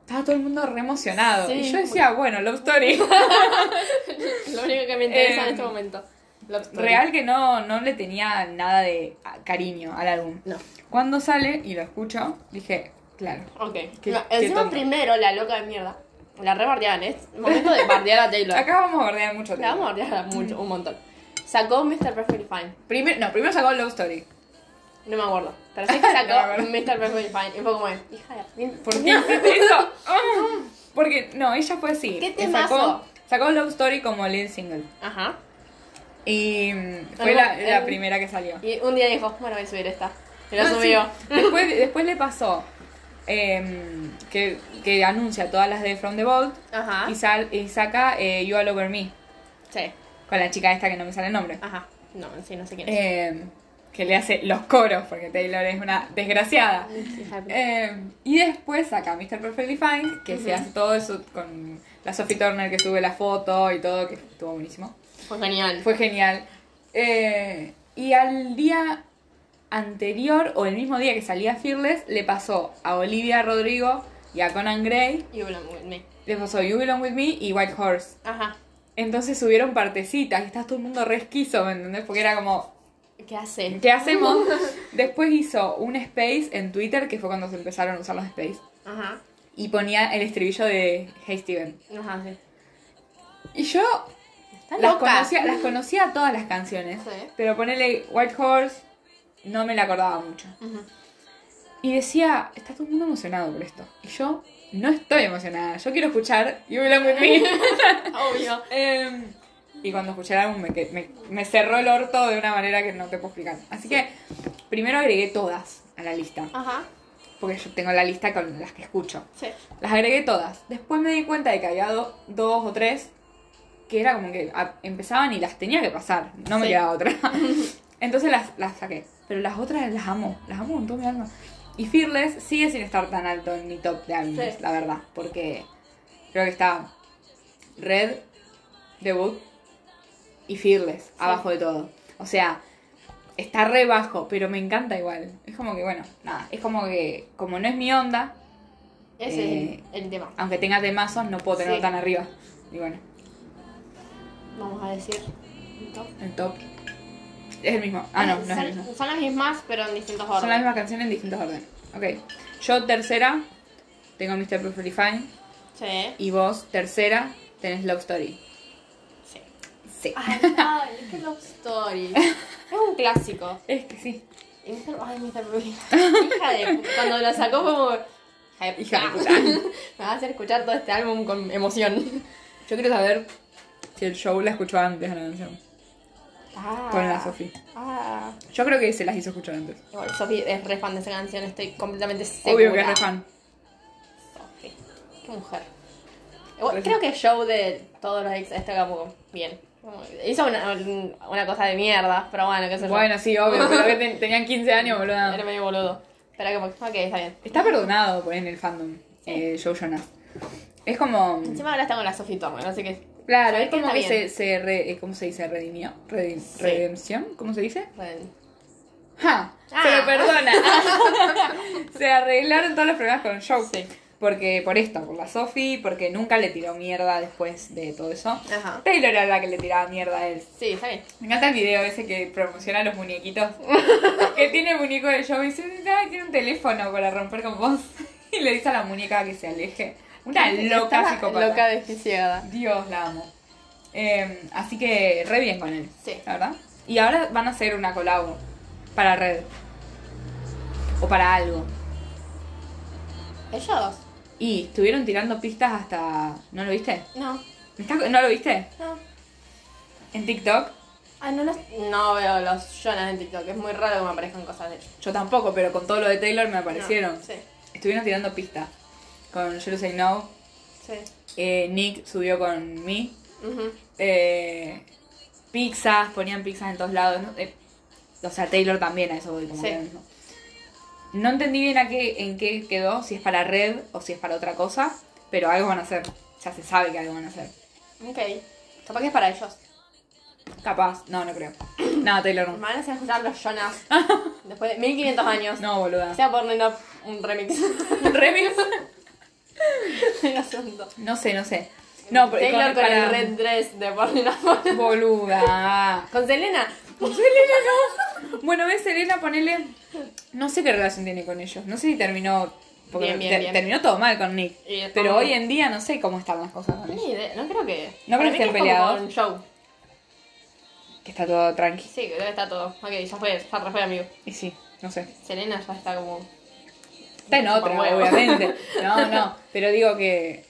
[SPEAKER 2] estaba todo el mundo re emocionado.
[SPEAKER 1] Sí,
[SPEAKER 2] y yo
[SPEAKER 1] muy-
[SPEAKER 2] decía, bueno, Love Story.
[SPEAKER 1] Lo único que me interesa en
[SPEAKER 2] Em,
[SPEAKER 1] este momento. Love Story.
[SPEAKER 2] Real que no, no le tenía nada de a- cariño al álbum.
[SPEAKER 1] No.
[SPEAKER 2] Cuando sale y lo escucho, dije, claro.
[SPEAKER 1] Ok.
[SPEAKER 2] Qué-
[SPEAKER 1] No,
[SPEAKER 2] qué
[SPEAKER 1] encima
[SPEAKER 2] tonto.
[SPEAKER 1] primero la loca de mierda. La rebardeaban, es momento de bardear a Taylor.
[SPEAKER 2] Acá vamos a bardear mucho
[SPEAKER 1] La vamos a
[SPEAKER 2] tiempo.
[SPEAKER 1] bardear mucho, un montón. Sacó Mr. Perfect Fine.
[SPEAKER 2] Primer- no, primero sacó Love Story.
[SPEAKER 1] No me acuerdo. Pero sé que sacó
[SPEAKER 2] No me
[SPEAKER 1] Mr. Perfect Fine. Y fue como, hija de...
[SPEAKER 2] ¿Por qué hiciste eso? Ah, Porque, no, ella fue así.
[SPEAKER 1] ¡Qué
[SPEAKER 2] Y Sacó,
[SPEAKER 1] temazo!
[SPEAKER 2] sacó Love Story como lead single.
[SPEAKER 1] Ajá.
[SPEAKER 2] Y mm, fue
[SPEAKER 1] Algo-
[SPEAKER 2] la, la
[SPEAKER 1] el-
[SPEAKER 2] primera que salió.
[SPEAKER 1] Y un día dijo, bueno, voy a subir esta. Y la
[SPEAKER 2] No, Ah, sí.
[SPEAKER 1] subió.
[SPEAKER 2] Después, después le pasó em, que, que anuncia todas las de From the Vault
[SPEAKER 1] Ajá.
[SPEAKER 2] y, sal, y saca eh, You All Over Me
[SPEAKER 1] Sí.
[SPEAKER 2] con la chica esta que no me sale el nombre.
[SPEAKER 1] Ajá. No, sí, no sé quién es.
[SPEAKER 2] Em, que le hace los coros porque Taylor es una desgraciada.
[SPEAKER 1] Hija de-
[SPEAKER 2] Em, y después saca Mr. Perfectly Fine, que se
[SPEAKER 1] Ujú.
[SPEAKER 2] hace todo eso con la Sophie Turner que sube la foto y todo, que estuvo buenísimo.
[SPEAKER 1] Fue genial.
[SPEAKER 2] Fue genial. Eh, y al día anterior, o el mismo día que salía Fearless, le pasó a Olivia Rodrigo y a Conan Gray,
[SPEAKER 1] You belong with me.
[SPEAKER 2] le pasó You Belong With Me y White Horse.
[SPEAKER 1] Ajá.
[SPEAKER 2] Entonces subieron partecitas y estás todo el mundo resquizo, ¿me entendés? Porque era como,
[SPEAKER 1] ¿Qué hacen?
[SPEAKER 2] ¿qué hacemos? Después hizo un space en Twitter, que fue cuando se empezaron a usar los space,
[SPEAKER 1] Ajá.
[SPEAKER 2] y ponía el estribillo de Hey Steven.
[SPEAKER 1] Ajá, sí.
[SPEAKER 2] Y yo
[SPEAKER 1] Está
[SPEAKER 2] las
[SPEAKER 1] loca.
[SPEAKER 2] conocía, las conocía todas las canciones,
[SPEAKER 1] Sí.
[SPEAKER 2] pero ponerle White Horse no me la acordaba mucho.
[SPEAKER 1] Ujú.
[SPEAKER 2] Y decía, está todo el mundo emocionado por esto. Y yo no estoy emocionada, yo quiero escuchar You Belong With Me.
[SPEAKER 1] Obvio.
[SPEAKER 2] Em, y cuando escuché el álbum me, que- me- me cerró el orto de una manera que no te puedo explicar. Así que primero agregué todas a la lista,
[SPEAKER 1] Ajá.
[SPEAKER 2] porque yo tengo la lista con las que escucho.
[SPEAKER 1] Sí.
[SPEAKER 2] Las agregué todas. Después me di cuenta de que había do- dos o tres que era como que a- empezaban y las tenía que pasar. No me
[SPEAKER 1] Sí.
[SPEAKER 2] quedaba otra. Entonces las, las saqué. Pero las otras las amo. Las amo con todo mi alma. Y Fearless sigue sin estar tan alto en mi top de álbumes,
[SPEAKER 1] Sí.
[SPEAKER 2] la verdad. Porque creo que está Red, Debut y Fearless abajo de todo. O sea, está re bajo, pero me encanta igual. Es como que, bueno, nada. Es como que, como no es mi onda,
[SPEAKER 1] Ese
[SPEAKER 2] Eh,
[SPEAKER 1] es el, el tema.
[SPEAKER 2] aunque tenga temazos, no puedo tenerlo
[SPEAKER 1] Sí.
[SPEAKER 2] tan arriba. Y bueno,
[SPEAKER 1] Vamos a decir. ¿no?
[SPEAKER 2] el top es el mismo. Ah, no, no es
[SPEAKER 1] son,
[SPEAKER 2] el mismo.
[SPEAKER 1] son las mismas, pero en distintos órdenes.
[SPEAKER 2] Son las mismas canciones en distintos órdenes. Ok. Yo tercera, tengo Mr. Perfectly Fine.
[SPEAKER 1] Sí.
[SPEAKER 2] Y vos, tercera, tenés Love Story.
[SPEAKER 1] Sí.
[SPEAKER 2] Sí.
[SPEAKER 1] Ay, ay, qué love story. Es un clásico.
[SPEAKER 2] Es que sí.
[SPEAKER 1] Y Mr. Ay, Mr. Ruby. Hija de. pu- Cuando lo sacó, fue como. Hija de puta.
[SPEAKER 2] Hija de puta.
[SPEAKER 1] Me va a hacer escuchar todo este álbum con emoción.
[SPEAKER 2] Yo quiero saber si el show la escuchó antes a la canción.
[SPEAKER 1] Ah.
[SPEAKER 2] Con la Sofi.
[SPEAKER 1] Ah.
[SPEAKER 2] Yo creo que se las hizo escuchar antes.
[SPEAKER 1] Igual, Sofi es re fan de esa canción, estoy completamente segura.
[SPEAKER 2] Obvio que es re fan.
[SPEAKER 1] Sofi. Qué mujer. Igual,
[SPEAKER 2] Re
[SPEAKER 1] creo que el show de todos los ex está como bien. Como- Hizo una, un- una cosa de mierda, pero bueno, qué sé yo.
[SPEAKER 2] Bueno, sí, obvio. Pero que ten- tenían 15 años,
[SPEAKER 1] Era
[SPEAKER 2] boludo.
[SPEAKER 1] medio boludo. Pero como, ok, está bien.
[SPEAKER 2] Está perdonado por en el fandom. Eh, Joe Jonas. Es como.
[SPEAKER 1] Encima ahora está con la Sofi Turner, así que.
[SPEAKER 2] Claro,
[SPEAKER 1] ¿sabes
[SPEAKER 2] es
[SPEAKER 1] qué?
[SPEAKER 2] como
[SPEAKER 1] Está
[SPEAKER 2] que se,
[SPEAKER 1] bien.
[SPEAKER 2] se re- eh, ¿cómo se dice? Redimió. Redi-
[SPEAKER 1] Sí.
[SPEAKER 2] ¿Redención? ¿Cómo se dice?
[SPEAKER 1] Bueno,
[SPEAKER 2] ¡Ja!
[SPEAKER 1] Ah.
[SPEAKER 2] Se lo perdona. se arreglaron todos los problemas con Joe.
[SPEAKER 1] Sí.
[SPEAKER 2] Porque por esto, por la Sophie, porque nunca le tiró mierda después de todo eso.
[SPEAKER 1] Ajá.
[SPEAKER 2] Taylor era la que le tiraba mierda a él.
[SPEAKER 1] Sí, está bien.
[SPEAKER 2] Me encanta el video ese que promociona los muñequitos. que tiene el muñeco de Joe y dice, "Ay, tiene un teléfono para romper con vos. y le dice a la muñeca que se aleje. Una loca
[SPEAKER 1] Estaba
[SPEAKER 2] psicópata.
[SPEAKER 1] Loca desquiciada.
[SPEAKER 2] Dios, la amo. Eh, así que re bien con él.
[SPEAKER 1] Sí.
[SPEAKER 2] La verdad. Y ahora van a hacer una colabo para Red. O para algo.
[SPEAKER 1] ¿Ellos dos?
[SPEAKER 2] Y estuvieron tirando pistas hasta. ¿No lo viste?
[SPEAKER 1] No,
[SPEAKER 2] ¿Me estás- ¿No lo viste?
[SPEAKER 1] no.
[SPEAKER 2] En TikTok.
[SPEAKER 1] Ah, no, los- no veo los Jonas en TikTok, es muy raro que me aparezcan cosas de ellos.
[SPEAKER 2] Yo tampoco, pero con todo lo de Taylor me
[SPEAKER 1] No,
[SPEAKER 2] aparecieron.
[SPEAKER 1] sí,
[SPEAKER 2] Estuvieron tirando pistas. Con You Say No.
[SPEAKER 1] sí.
[SPEAKER 2] eh, Nick subió con Me.
[SPEAKER 1] Ujú.
[SPEAKER 2] eh, pizzas, ponían pizzas en todos lados. ¿no? Eh, o sea, Taylor también a eso voy como
[SPEAKER 1] Sí.
[SPEAKER 2] que era lo mismo. No entendí bien a qué, en qué quedó, si es para red o si es para otra cosa, pero algo van a hacer. Ya se sabe que algo van a hacer.
[SPEAKER 1] Ok. Capaz que es para ellos.
[SPEAKER 2] Capaz, no, no creo. No, Taylor
[SPEAKER 1] Me
[SPEAKER 2] no.
[SPEAKER 1] van a hacer escuchar los Jonas después de 1500 años.
[SPEAKER 2] No, boluda.
[SPEAKER 1] Sea por Nena un remix
[SPEAKER 2] Remix.
[SPEAKER 1] del asunto.
[SPEAKER 2] No sé, no sé. No, pero
[SPEAKER 1] Taylor con
[SPEAKER 2] para-
[SPEAKER 1] el red dress de Burning Up.
[SPEAKER 2] Boluda.
[SPEAKER 1] Con Selena.
[SPEAKER 2] Selena no. Bueno, ves, Selena, ponele. No sé qué relación tiene con ellos. No sé si terminó. Porque
[SPEAKER 1] Bien, bien,
[SPEAKER 2] ter-
[SPEAKER 1] bien.
[SPEAKER 2] terminó todo mal con Nick.
[SPEAKER 1] Y después-
[SPEAKER 2] Pero hoy en día no sé cómo están las cosas con ellos.
[SPEAKER 1] Ni idea, No creo que.
[SPEAKER 2] No creo
[SPEAKER 1] para
[SPEAKER 2] que
[SPEAKER 1] mí
[SPEAKER 2] estén
[SPEAKER 1] es como
[SPEAKER 2] peleados.
[SPEAKER 1] con show.
[SPEAKER 2] Que está todo tranqui.
[SPEAKER 1] Sí, creo que está todo. Ok, ya fue, ya re fue, amigo.
[SPEAKER 2] Y sí. No sé.
[SPEAKER 1] Selena ya está como.
[SPEAKER 2] Está en otra,
[SPEAKER 1] Superhuevo.
[SPEAKER 2] obviamente. No, no. Pero digo que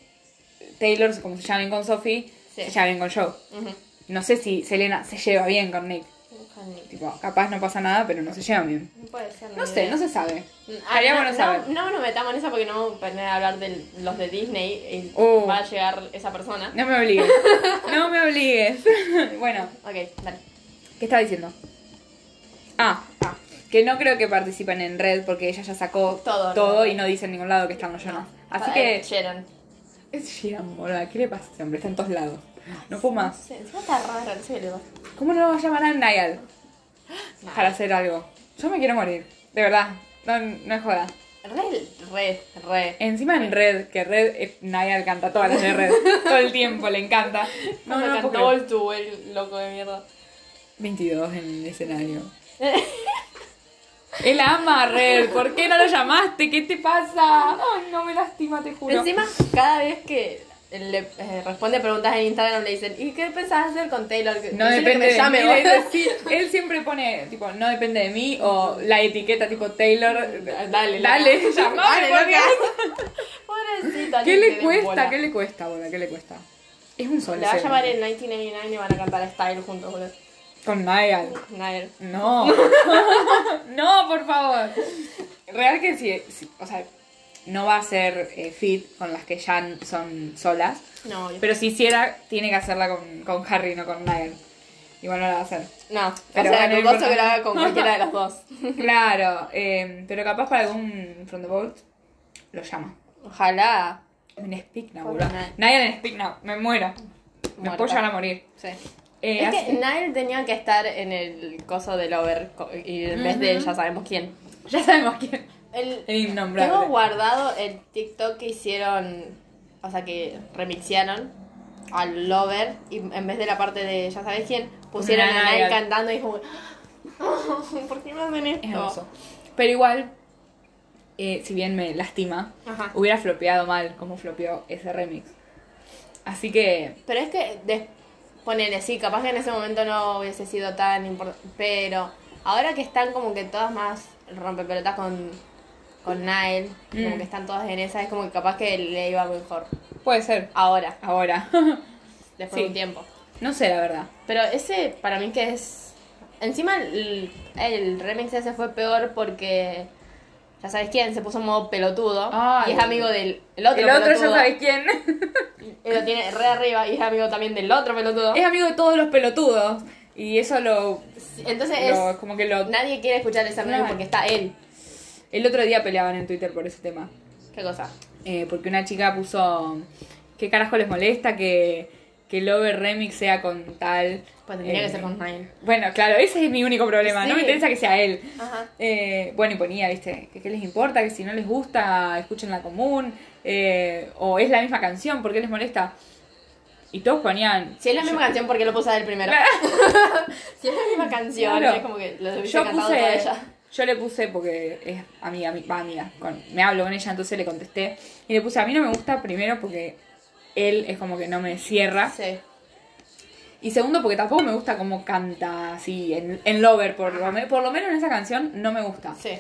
[SPEAKER 2] Taylor, como se lleva bien con Sophie,
[SPEAKER 1] Sí.
[SPEAKER 2] se lleva bien con Joe.
[SPEAKER 1] ujú,
[SPEAKER 2] No sé si Selena se lleva bien con Nick.
[SPEAKER 1] Honey.
[SPEAKER 2] Tipo, capaz no pasa nada, pero no se llevan bien.
[SPEAKER 1] No puede ser.
[SPEAKER 2] No
[SPEAKER 1] ni
[SPEAKER 2] sé,
[SPEAKER 1] idea.
[SPEAKER 2] no se sabe.
[SPEAKER 1] Ah,
[SPEAKER 2] Estaría
[SPEAKER 1] no,
[SPEAKER 2] bueno
[SPEAKER 1] no,
[SPEAKER 2] saber.
[SPEAKER 1] No, no metamos en eso porque no vamos a poner a hablar de los de Disney y
[SPEAKER 2] Uh.
[SPEAKER 1] va a llegar esa persona.
[SPEAKER 2] No me obligues. No me obligues. Bueno,
[SPEAKER 1] Ok, dale.
[SPEAKER 2] ¿qué estaba diciendo? Ah, ah, que no creo que participen en red porque ella ya sacó
[SPEAKER 1] Todo, ¿no?
[SPEAKER 2] y no dice en ningún lado que están los Jonas. Así
[SPEAKER 1] Eh,
[SPEAKER 2] que.
[SPEAKER 1] Sharon.
[SPEAKER 2] Es Sheeran, boluda. ¿Qué le pasa a este hombre? Está en todos lados. No puedo
[SPEAKER 1] No
[SPEAKER 2] más.
[SPEAKER 1] sé, encima está raro, no sé qué le pasa.
[SPEAKER 2] ¿Cómo no lo llamarán a Niall para hacer algo? Yo me quiero morir. De verdad. No, no es joda.
[SPEAKER 1] Re, re, re.
[SPEAKER 2] Encima en Red, que Red, eh, Niall canta todas las de Red. todo el tiempo, le encanta. No,
[SPEAKER 1] Cuando
[SPEAKER 2] no,
[SPEAKER 1] cantó
[SPEAKER 2] porque...
[SPEAKER 1] All Too Well, loco de mierda.
[SPEAKER 2] 22 en el escenario. Él ama a Red. ¿Por qué no lo llamaste? ¿Qué te pasa? Ay, no me lastima, te juro.
[SPEAKER 1] Encima, cada vez que le eh, responde preguntas en Instagram le dicen, ¿y qué pensás hacer con Taylor?
[SPEAKER 2] No
[SPEAKER 1] Decile
[SPEAKER 2] depende
[SPEAKER 1] que
[SPEAKER 2] de
[SPEAKER 1] me llame
[SPEAKER 2] mí,
[SPEAKER 1] vos.
[SPEAKER 2] le dice, sí, él siempre pone, tipo, no depende de mí, o la etiqueta, tipo, Taylor,
[SPEAKER 1] Dale,
[SPEAKER 2] dale, dale, llamame,
[SPEAKER 1] Dale,
[SPEAKER 2] por
[SPEAKER 1] loca.
[SPEAKER 2] Dios.
[SPEAKER 1] Pobrecita.
[SPEAKER 2] ¿Qué
[SPEAKER 1] ni
[SPEAKER 2] le
[SPEAKER 1] te den
[SPEAKER 2] cuesta?
[SPEAKER 1] bola.
[SPEAKER 2] ¿Qué le cuesta, boludo? ¿Qué le cuesta? Es un sol.
[SPEAKER 1] Le va a
[SPEAKER 2] ese
[SPEAKER 1] llamar
[SPEAKER 2] hombre.
[SPEAKER 1] en 1989 y van a cantar Style juntos, boludo.
[SPEAKER 2] Con Niall.
[SPEAKER 1] Nair.
[SPEAKER 2] No. no, por favor. Real que sí, sí, o sea, no va a ser eh, fit con las que ya son solas.
[SPEAKER 1] No, boludo.
[SPEAKER 2] Pero si hiciera, tiene que hacerla con, con Harry, no con Niall. Igual no la va a hacer.
[SPEAKER 1] No,
[SPEAKER 2] Pero
[SPEAKER 1] o sea, no
[SPEAKER 2] bueno,
[SPEAKER 1] gozo
[SPEAKER 2] no
[SPEAKER 1] que lo
[SPEAKER 2] importa.
[SPEAKER 1] haga con cualquiera de las dos.
[SPEAKER 2] Claro, eh, pero capaz para algún From the Vault lo llama.
[SPEAKER 1] Ojalá.
[SPEAKER 2] Un Speak Now,
[SPEAKER 1] Pobre
[SPEAKER 2] boludo.
[SPEAKER 1] Niall.
[SPEAKER 2] Nadie en Speak Now, me muero. Me
[SPEAKER 1] Muerta.
[SPEAKER 2] puedo llegar a morir.
[SPEAKER 1] Sí.
[SPEAKER 2] Eh,
[SPEAKER 1] es que
[SPEAKER 2] así-
[SPEAKER 1] Nair tenía que estar en el coso del over co- y en vez de ya sabemos quién.
[SPEAKER 2] Ya sabemos quién.
[SPEAKER 1] El,
[SPEAKER 2] El innombrable.
[SPEAKER 1] tengo guardado el TikTok que hicieron, o sea, que remixiaron al Lover y en vez de la parte de ya sabes quién, pusieron a
[SPEAKER 2] Nair.
[SPEAKER 1] Nair cantando y como, "Ah, ¿por qué me hacen esto?
[SPEAKER 2] Es hermoso. Pero igual, eh, si bien me lastima,
[SPEAKER 1] Ajá.
[SPEAKER 2] hubiera flopeado mal como flopeó ese remix. Así que,
[SPEAKER 1] Pero es que, de, ponele, sí, capaz que en ese momento no hubiese sido tan importante. Pero ahora que están como que todas más rompepelotas con, con Nile, como
[SPEAKER 2] Mm.
[SPEAKER 1] que están todas en esa, es como que capaz que le iba mejor.
[SPEAKER 2] puede ser.
[SPEAKER 1] Ahora,
[SPEAKER 2] Ahora.
[SPEAKER 1] después de
[SPEAKER 2] Sí.
[SPEAKER 1] un tiempo.
[SPEAKER 2] no sé, la verdad.
[SPEAKER 1] Pero ese para mí que es... Encima el, el remix ese fue peor porque... Ya sabes quién, se puso en modo pelotudo.
[SPEAKER 2] Ay.
[SPEAKER 1] y es amigo del el otro
[SPEAKER 2] El otro ya
[SPEAKER 1] pelotudo.
[SPEAKER 2] sabes quién.
[SPEAKER 1] Y lo tiene re arriba y es amigo también del otro pelotudo.
[SPEAKER 2] es amigo de todos los pelotudos. Y eso lo.
[SPEAKER 1] Entonces es...
[SPEAKER 2] lo- como que lo.
[SPEAKER 1] Nadie quiere escuchar esa remix
[SPEAKER 2] Claro.
[SPEAKER 1] porque está él.
[SPEAKER 2] El otro día peleaban en Twitter por ese tema.
[SPEAKER 1] ¿Qué cosa?
[SPEAKER 2] Eh, porque una chica puso. ¿Qué carajo les molesta que, que el over remix sea con tal?
[SPEAKER 1] Pues tendría
[SPEAKER 2] Eh,
[SPEAKER 1] que ser con Nine.
[SPEAKER 2] Bueno, claro, ese es mi único problema. No
[SPEAKER 1] Sí.
[SPEAKER 2] me interesa que sea él.
[SPEAKER 1] Ajá.
[SPEAKER 2] Eh, bueno, y ponía, ¿viste? Que qué les importa, que si no les gusta, escuchen la común. eh, o es la misma canción, ¿por qué les molesta? Y todos ponían.
[SPEAKER 1] Si es la misma canción, ¿por qué lo puse del primero? si es la misma canción,
[SPEAKER 2] Claro.
[SPEAKER 1] es como que lo hubiese
[SPEAKER 2] Yo
[SPEAKER 1] cantado toda
[SPEAKER 2] puse.
[SPEAKER 1] ella.
[SPEAKER 2] Yo le puse porque es amiga, mi, va, amiga, con- me hablo con ella, entonces le contesté. Y le puse, a mí no me gusta primero porque él es como que no me cierra.
[SPEAKER 1] Sí.
[SPEAKER 2] Y segundo, porque tampoco me gusta cómo canta así en, en Lover, por lo, me- por lo menos en esa canción no me gusta.
[SPEAKER 1] Sí.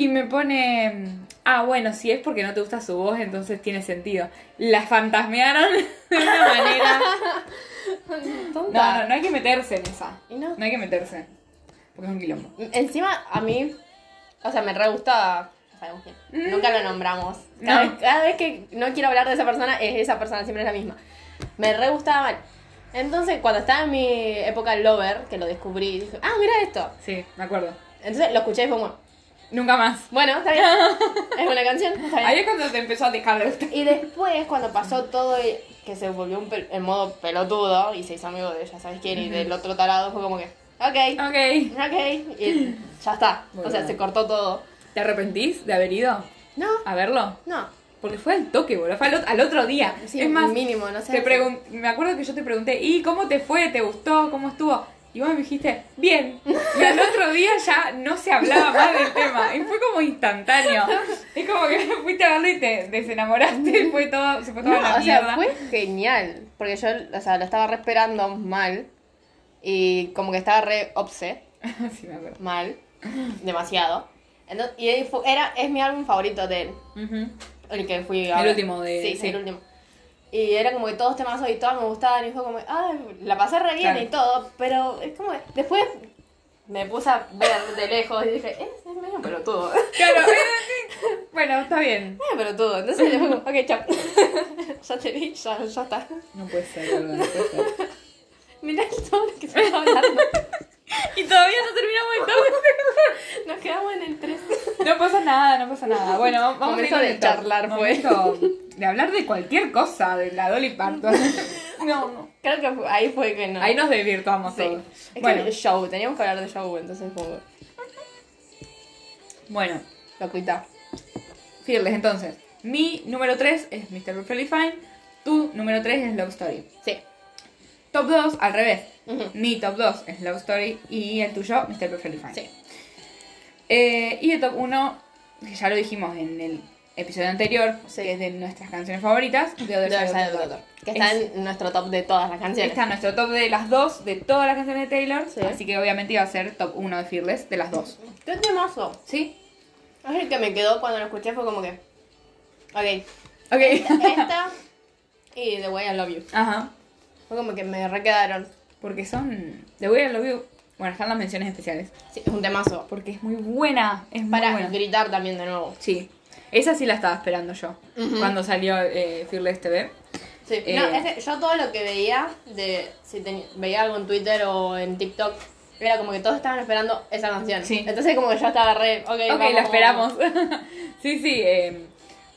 [SPEAKER 2] Y me pone, ah, bueno, si es porque no te gusta su voz, entonces tiene sentido. La fantasmearon de una manera... No,
[SPEAKER 1] Tonta.
[SPEAKER 2] no, no hay que meterse en esa.
[SPEAKER 1] Y no.
[SPEAKER 2] No hay que meterse. Porque es un quilombo.
[SPEAKER 1] Encima, a mí. O sea, me re gusta. ya Sabemos quién.
[SPEAKER 2] Mm.
[SPEAKER 1] Nunca lo nombramos. Cada,
[SPEAKER 2] No.
[SPEAKER 1] vez, cada vez que no quiero hablar de esa persona, es esa persona, siempre es la misma. Me re gustaba mal. Entonces, cuando estaba en mi época lover, que lo descubrí, dije, ah, mira esto.
[SPEAKER 2] Sí, me acuerdo.
[SPEAKER 1] Entonces lo escuché y fue como,
[SPEAKER 2] Nunca más.
[SPEAKER 1] bueno, está bien. es una canción, está bien.
[SPEAKER 2] Ahí es cuando te empezó a dejar de gustar.
[SPEAKER 1] Y después, cuando pasó todo y que se volvió un pel- en modo pelotudo y se hizo amigo de ella, ¿sabes quién? Y del otro tarado fue como que, ok,
[SPEAKER 2] Ok.
[SPEAKER 1] ok, y ya está. o sea,
[SPEAKER 2] Boludo.
[SPEAKER 1] se cortó todo.
[SPEAKER 2] ¿Te arrepentís de haber ido
[SPEAKER 1] No,
[SPEAKER 2] a verlo?
[SPEAKER 1] no.
[SPEAKER 2] Porque fue al toque, boludo. Fue al, ot- al otro día.
[SPEAKER 1] Sí,
[SPEAKER 2] es más,
[SPEAKER 1] mínimo, no sé.
[SPEAKER 2] te pregun- me acuerdo que yo te pregunté, ¿y cómo te fue? ¿Te gustó? ¿Cómo estuvo? Y vos me dijiste, bien. Y al otro día ya no se hablaba más del tema. Y fue como instantáneo. Es como que fuiste a verlo y te desenamoraste. Fue todo, se fue toda
[SPEAKER 1] No,
[SPEAKER 2] la
[SPEAKER 1] o sea,
[SPEAKER 2] mierda.
[SPEAKER 1] fue genial. Porque yo, o sea, lo estaba re esperando mal. Y como que estaba re obse,
[SPEAKER 2] sí, me acuerdo.
[SPEAKER 1] mal. demasiado. Entonces, y él fue- era, es mi álbum favorito de él,
[SPEAKER 2] Ujú.
[SPEAKER 1] el que fui a
[SPEAKER 2] El
[SPEAKER 1] ver.
[SPEAKER 2] último de.
[SPEAKER 1] Sí, sí, el último. Y era como que todos temazos y todas me gustaban y fue como, ay, la pasé re bien
[SPEAKER 2] Claro.
[SPEAKER 1] y todo, pero es como que después me puse a ver de lejos y dije, eh, es medio pelotudo, es
[SPEAKER 2] Claro, eh, sí. bueno, está bien.
[SPEAKER 1] medio pelotudo. Entonces yo fue como, ok, chao, ya te vi, ya, ya está.
[SPEAKER 2] No puede ser, boludo, no puede ser.
[SPEAKER 1] Mirá todo lo que estamos hablando,
[SPEAKER 2] Y todavía no terminamos el tópico.
[SPEAKER 1] nos quedamos en el 3.
[SPEAKER 2] No pasa nada, no pasa nada. Bueno, vamos
[SPEAKER 1] Momento
[SPEAKER 2] a ir
[SPEAKER 1] de
[SPEAKER 2] con el top.
[SPEAKER 1] charlar, fue.
[SPEAKER 2] Momento De hablar de cualquier cosa, de la Dolly Parton. No, no.
[SPEAKER 1] Creo que fue- ahí fue que no.
[SPEAKER 2] Ahí nos desvirtuamos
[SPEAKER 1] Sí.
[SPEAKER 2] todos.
[SPEAKER 1] Es que
[SPEAKER 2] Bueno,
[SPEAKER 1] el show, teníamos que hablar de show, entonces como,
[SPEAKER 2] bueno.
[SPEAKER 1] lo cuita.
[SPEAKER 2] Fearless, entonces. Mi número 3 es Mr. Perfectly Fine. Tu número 3 es Love Story.
[SPEAKER 1] Sí.
[SPEAKER 2] Top 2, al revés.
[SPEAKER 1] Ujú.
[SPEAKER 2] Mi top 2 es Love Story y el tuyo, Mr. Perfectly Fine.
[SPEAKER 1] Sí.
[SPEAKER 2] Eh, y el top 1, que ya lo dijimos en el episodio anterior,
[SPEAKER 1] Sí.
[SPEAKER 2] que es de nuestras canciones favoritas, de Other
[SPEAKER 1] The Other
[SPEAKER 2] Side of
[SPEAKER 1] Side
[SPEAKER 2] the
[SPEAKER 1] of the
[SPEAKER 2] Door.
[SPEAKER 1] Door, Que está
[SPEAKER 2] Es-
[SPEAKER 1] en nuestro top de todas las canciones.
[SPEAKER 2] Está en nuestro top de las dos, de todas las canciones de Taylor.
[SPEAKER 1] Sí.
[SPEAKER 2] Así que obviamente iba a ser top 1 de Fearless, de las dos.
[SPEAKER 1] ¿Qué temazo?
[SPEAKER 2] ¿Sí?
[SPEAKER 1] Es el que me quedó cuando lo escuché, fue como que. Ok,
[SPEAKER 2] Ok.
[SPEAKER 1] esta y The Way I Love You.
[SPEAKER 2] Ajá.
[SPEAKER 1] Fue como que me requedaron.
[SPEAKER 2] Porque son. The Way I Love You. Bueno, están las menciones especiales.
[SPEAKER 1] Sí, es un temazo.
[SPEAKER 2] Porque es muy buena. Es muy
[SPEAKER 1] Para
[SPEAKER 2] buena.
[SPEAKER 1] gritar también de nuevo.
[SPEAKER 2] Sí. Esa sí la estaba esperando yo. Cuando salió eh, Fearless TV.
[SPEAKER 1] Sí,
[SPEAKER 2] Eh.
[SPEAKER 1] no, es que yo todo lo que veía, de si teni- veía algo en Twitter o en TikTok, era como que todos estaban esperando esa canción.
[SPEAKER 2] Sí.
[SPEAKER 1] Entonces, como que yo estaba re. Ok,
[SPEAKER 2] Ok,
[SPEAKER 1] vamos,
[SPEAKER 2] la esperamos. sí, sí. eh,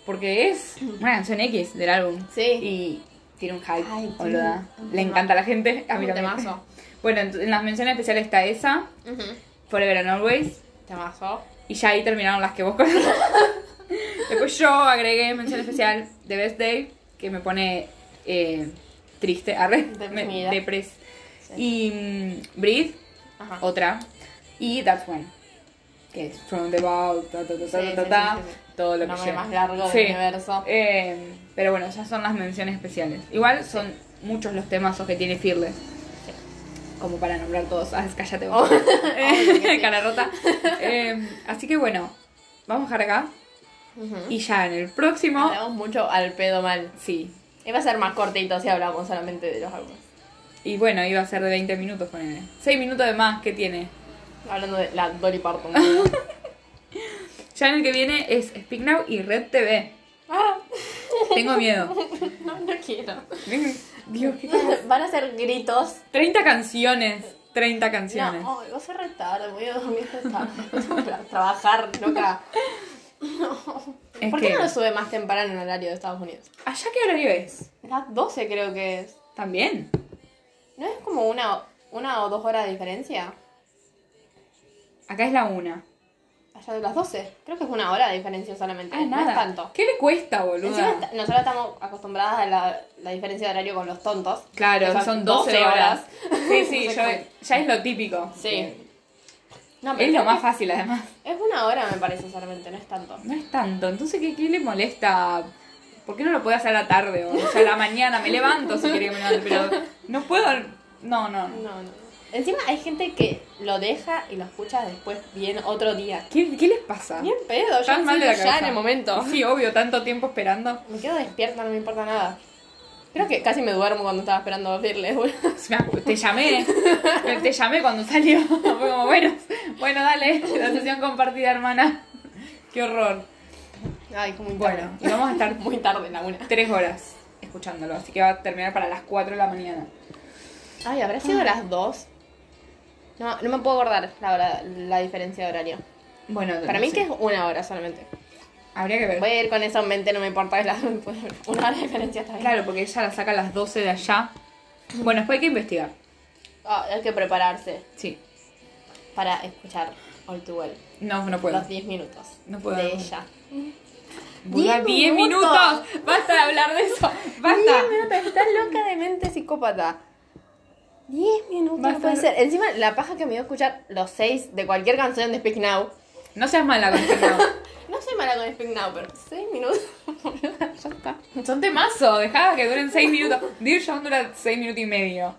[SPEAKER 2] porque es una canción X del álbum.
[SPEAKER 1] Sí.
[SPEAKER 2] Y tiene un hype.
[SPEAKER 1] Ay, tiene
[SPEAKER 2] boluda.
[SPEAKER 1] un
[SPEAKER 2] Le
[SPEAKER 1] tema-
[SPEAKER 2] encanta a la gente. A mí
[SPEAKER 1] un
[SPEAKER 2] también.
[SPEAKER 1] temazo.
[SPEAKER 2] Bueno, ent- en las menciones especiales está esa.
[SPEAKER 1] Ujú.
[SPEAKER 2] Forever and Always.
[SPEAKER 1] Temazo.
[SPEAKER 2] Y ya ahí terminaron las que vos conoces. Después yo agregué mención especial The Best Day, que me pone eh, triste, arre,
[SPEAKER 1] Deprimida.
[SPEAKER 2] me- depres.
[SPEAKER 1] Sí.
[SPEAKER 2] Y mm, Breathe,
[SPEAKER 1] Ajá.
[SPEAKER 2] otra. Y That's When, que es From the Vault, ta, ta, ta, ta,
[SPEAKER 1] Sí,
[SPEAKER 2] ta,
[SPEAKER 1] sí,
[SPEAKER 2] ta,
[SPEAKER 1] sí, sí, sí.
[SPEAKER 2] todo lo que
[SPEAKER 1] Nombre
[SPEAKER 2] lleva.
[SPEAKER 1] más largo del
[SPEAKER 2] Sí.
[SPEAKER 1] universo.
[SPEAKER 2] Eh, pero bueno, esas son las menciones especiales. Igual son muchos los temazos que tiene Fearless. Como para nombrar todos. Ah, cállate vos.
[SPEAKER 1] Oh, obvio que sí.
[SPEAKER 2] Cara rota. Eh, así que bueno, vamos a dejar acá.
[SPEAKER 1] Ujú.
[SPEAKER 2] Y ya en el próximo.
[SPEAKER 1] Hablamos mucho al pedo mal.
[SPEAKER 2] Sí.
[SPEAKER 1] Iba a ser más cortito si hablamos solamente de los álbumes.
[SPEAKER 2] Y bueno, iba a ser de 20 minutos, ponele. 6 minutos de más, ¿qué tiene?
[SPEAKER 1] Hablando de la Dolly Parton.
[SPEAKER 2] Ya en el que viene es Speak Now y Red TV.
[SPEAKER 1] ah,
[SPEAKER 2] Tengo miedo.
[SPEAKER 1] no, no quiero.
[SPEAKER 2] Dios, qué ca-
[SPEAKER 1] Van a ser gritos.
[SPEAKER 2] 30 canciones. 30 canciones.
[SPEAKER 1] No, ay, va a ser re tarde, voy a dormir re tarde. Tengo que trabajar, loca.
[SPEAKER 2] Es
[SPEAKER 1] oh. ¿Por qué
[SPEAKER 2] que-
[SPEAKER 1] no lo sube más temprano en el horario de Estados Unidos?
[SPEAKER 2] ¿Allá qué horario es?
[SPEAKER 1] Las 12 creo que es.
[SPEAKER 2] También.
[SPEAKER 1] ¿No es como una, una o dos horas de diferencia?
[SPEAKER 2] Acá es la 1.
[SPEAKER 1] Allá de las 12. Creo que es una hora de diferencia solamente.
[SPEAKER 2] Ah,
[SPEAKER 1] no
[SPEAKER 2] nada.
[SPEAKER 1] es tanto.
[SPEAKER 2] ¿Qué le cuesta, boludo?
[SPEAKER 1] Encima est- nosotros estamos acostumbradas a la, la diferencia de horario con los tontos.
[SPEAKER 2] Claro,
[SPEAKER 1] que
[SPEAKER 2] son, 12 horas. Sí, sí,
[SPEAKER 1] No sé
[SPEAKER 2] yo-
[SPEAKER 1] cómo.
[SPEAKER 2] ya es lo típico.
[SPEAKER 1] Sí. No, pero
[SPEAKER 2] Es lo
[SPEAKER 1] creo
[SPEAKER 2] más
[SPEAKER 1] que
[SPEAKER 2] fácil, además.
[SPEAKER 1] Es una hora, me parece solamente, no es tanto.
[SPEAKER 2] No es tanto. Entonces, ¿qué, qué le molesta? ¿Por qué no lo puede hacer a la tarde o, o sea, a la mañana? Me levanto si quiere que me levante, pero no puedo. No, no. no.
[SPEAKER 1] No, no. no. Encima hay gente que lo deja y lo escucha después bien otro día.
[SPEAKER 2] ¿Qué, qué les pasa?
[SPEAKER 1] Bien pedo, yo
[SPEAKER 2] Están mal de la
[SPEAKER 1] decido ya
[SPEAKER 2] cabeza.
[SPEAKER 1] en el momento.
[SPEAKER 2] Sí, obvio, tanto tiempo esperando.
[SPEAKER 1] Me quedo despierta, no me importa nada. Creo que casi me duermo cuando estaba esperando verles. boludo.
[SPEAKER 2] Se me acu- Te llamé, te llamé cuando salió. Fue como, bueno, bueno, dale, la sesión compartida, hermana. Qué horror.
[SPEAKER 1] Ay, como muy tarde.
[SPEAKER 2] Bueno, y vamos a estar
[SPEAKER 1] Muy tarde, la una.
[SPEAKER 2] tres horas escuchándolo, así que va a terminar para las 4 de la mañana.
[SPEAKER 1] Ay, ¿habrá sido las dos? No, no me puedo acordar la, hora, la diferencia de horario.
[SPEAKER 2] Bueno,
[SPEAKER 1] Para
[SPEAKER 2] no
[SPEAKER 1] mí
[SPEAKER 2] sé.
[SPEAKER 1] que es una hora solamente.
[SPEAKER 2] Habría que ver.
[SPEAKER 1] Voy a ir con eso en mente, no me importa. es la- una hora de diferencia está bien.
[SPEAKER 2] Claro, porque ella la saca a las 12 de allá. Bueno, después hay que investigar.
[SPEAKER 1] Ah, hay que prepararse
[SPEAKER 2] Sí.
[SPEAKER 1] para escuchar All Too Well.
[SPEAKER 2] No, no puedo.
[SPEAKER 1] Los 10 minutos
[SPEAKER 2] No puedo.
[SPEAKER 1] de ella.
[SPEAKER 2] Boluda,
[SPEAKER 1] ¡Diez
[SPEAKER 2] 10 minutos.
[SPEAKER 1] minutos!
[SPEAKER 2] Basta de hablar de eso. Basta.
[SPEAKER 1] 10 minutos, estás loca de mente psicópata. 10 minutos,
[SPEAKER 2] Va a
[SPEAKER 1] no puede
[SPEAKER 2] ser-
[SPEAKER 1] ser. Encima, la paja que me dio escuchar los 6 de cualquier canción de Speak Now.
[SPEAKER 2] No seas mala con este tema.
[SPEAKER 1] No soy mala con Speak Now, pero 6 minutos, boluda, ya está.
[SPEAKER 2] Son temazo. Dejá que duren 6 minutos. Dear John dura 6 minutos y medio.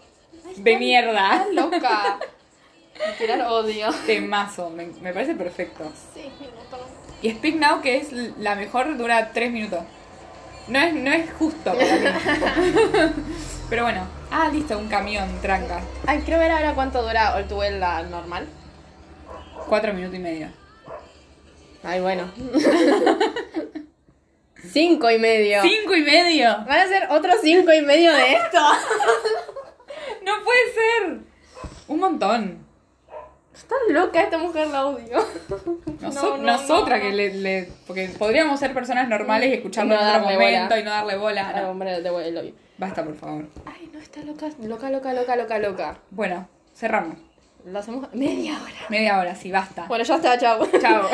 [SPEAKER 2] De mierda.
[SPEAKER 1] Estás loca. Tirar odio.
[SPEAKER 2] Temazo, me, me parece perfecto.
[SPEAKER 1] Sí, minutos.
[SPEAKER 2] Y Speak Now, que es la mejor, dura 3 minutos. No es, no es justo para mí. Pero bueno. Ah, listo, un camión, tranca.
[SPEAKER 1] Ay, quiero ver ahora cuánto dura All Too Well la normal.
[SPEAKER 2] 4 minutos y medio.
[SPEAKER 1] Ay, bueno. cinco y medio.
[SPEAKER 2] ¡Cinco y medio!
[SPEAKER 1] Van a ser otros cinco y medio de esto.
[SPEAKER 2] ¡No puede ser! Un montón.
[SPEAKER 1] Está loca esta mujer la odio.
[SPEAKER 2] Noso- nosotras que le, le- Porque podríamos ser personas normales y escucharlo
[SPEAKER 1] No
[SPEAKER 2] en otro
[SPEAKER 1] darle
[SPEAKER 2] momento
[SPEAKER 1] bola.
[SPEAKER 2] y no darle bola.
[SPEAKER 1] Ay,
[SPEAKER 2] No.
[SPEAKER 1] hombre, te voy, lo odio.
[SPEAKER 2] Basta, por favor.
[SPEAKER 1] Ay, no, está loca, loca, loca, loca, loca, loca.
[SPEAKER 2] Bueno, cerramos.
[SPEAKER 1] Lo hacemos media hora.
[SPEAKER 2] Media hora, sí, basta.
[SPEAKER 1] Bueno, ya está, chao.
[SPEAKER 2] Chao.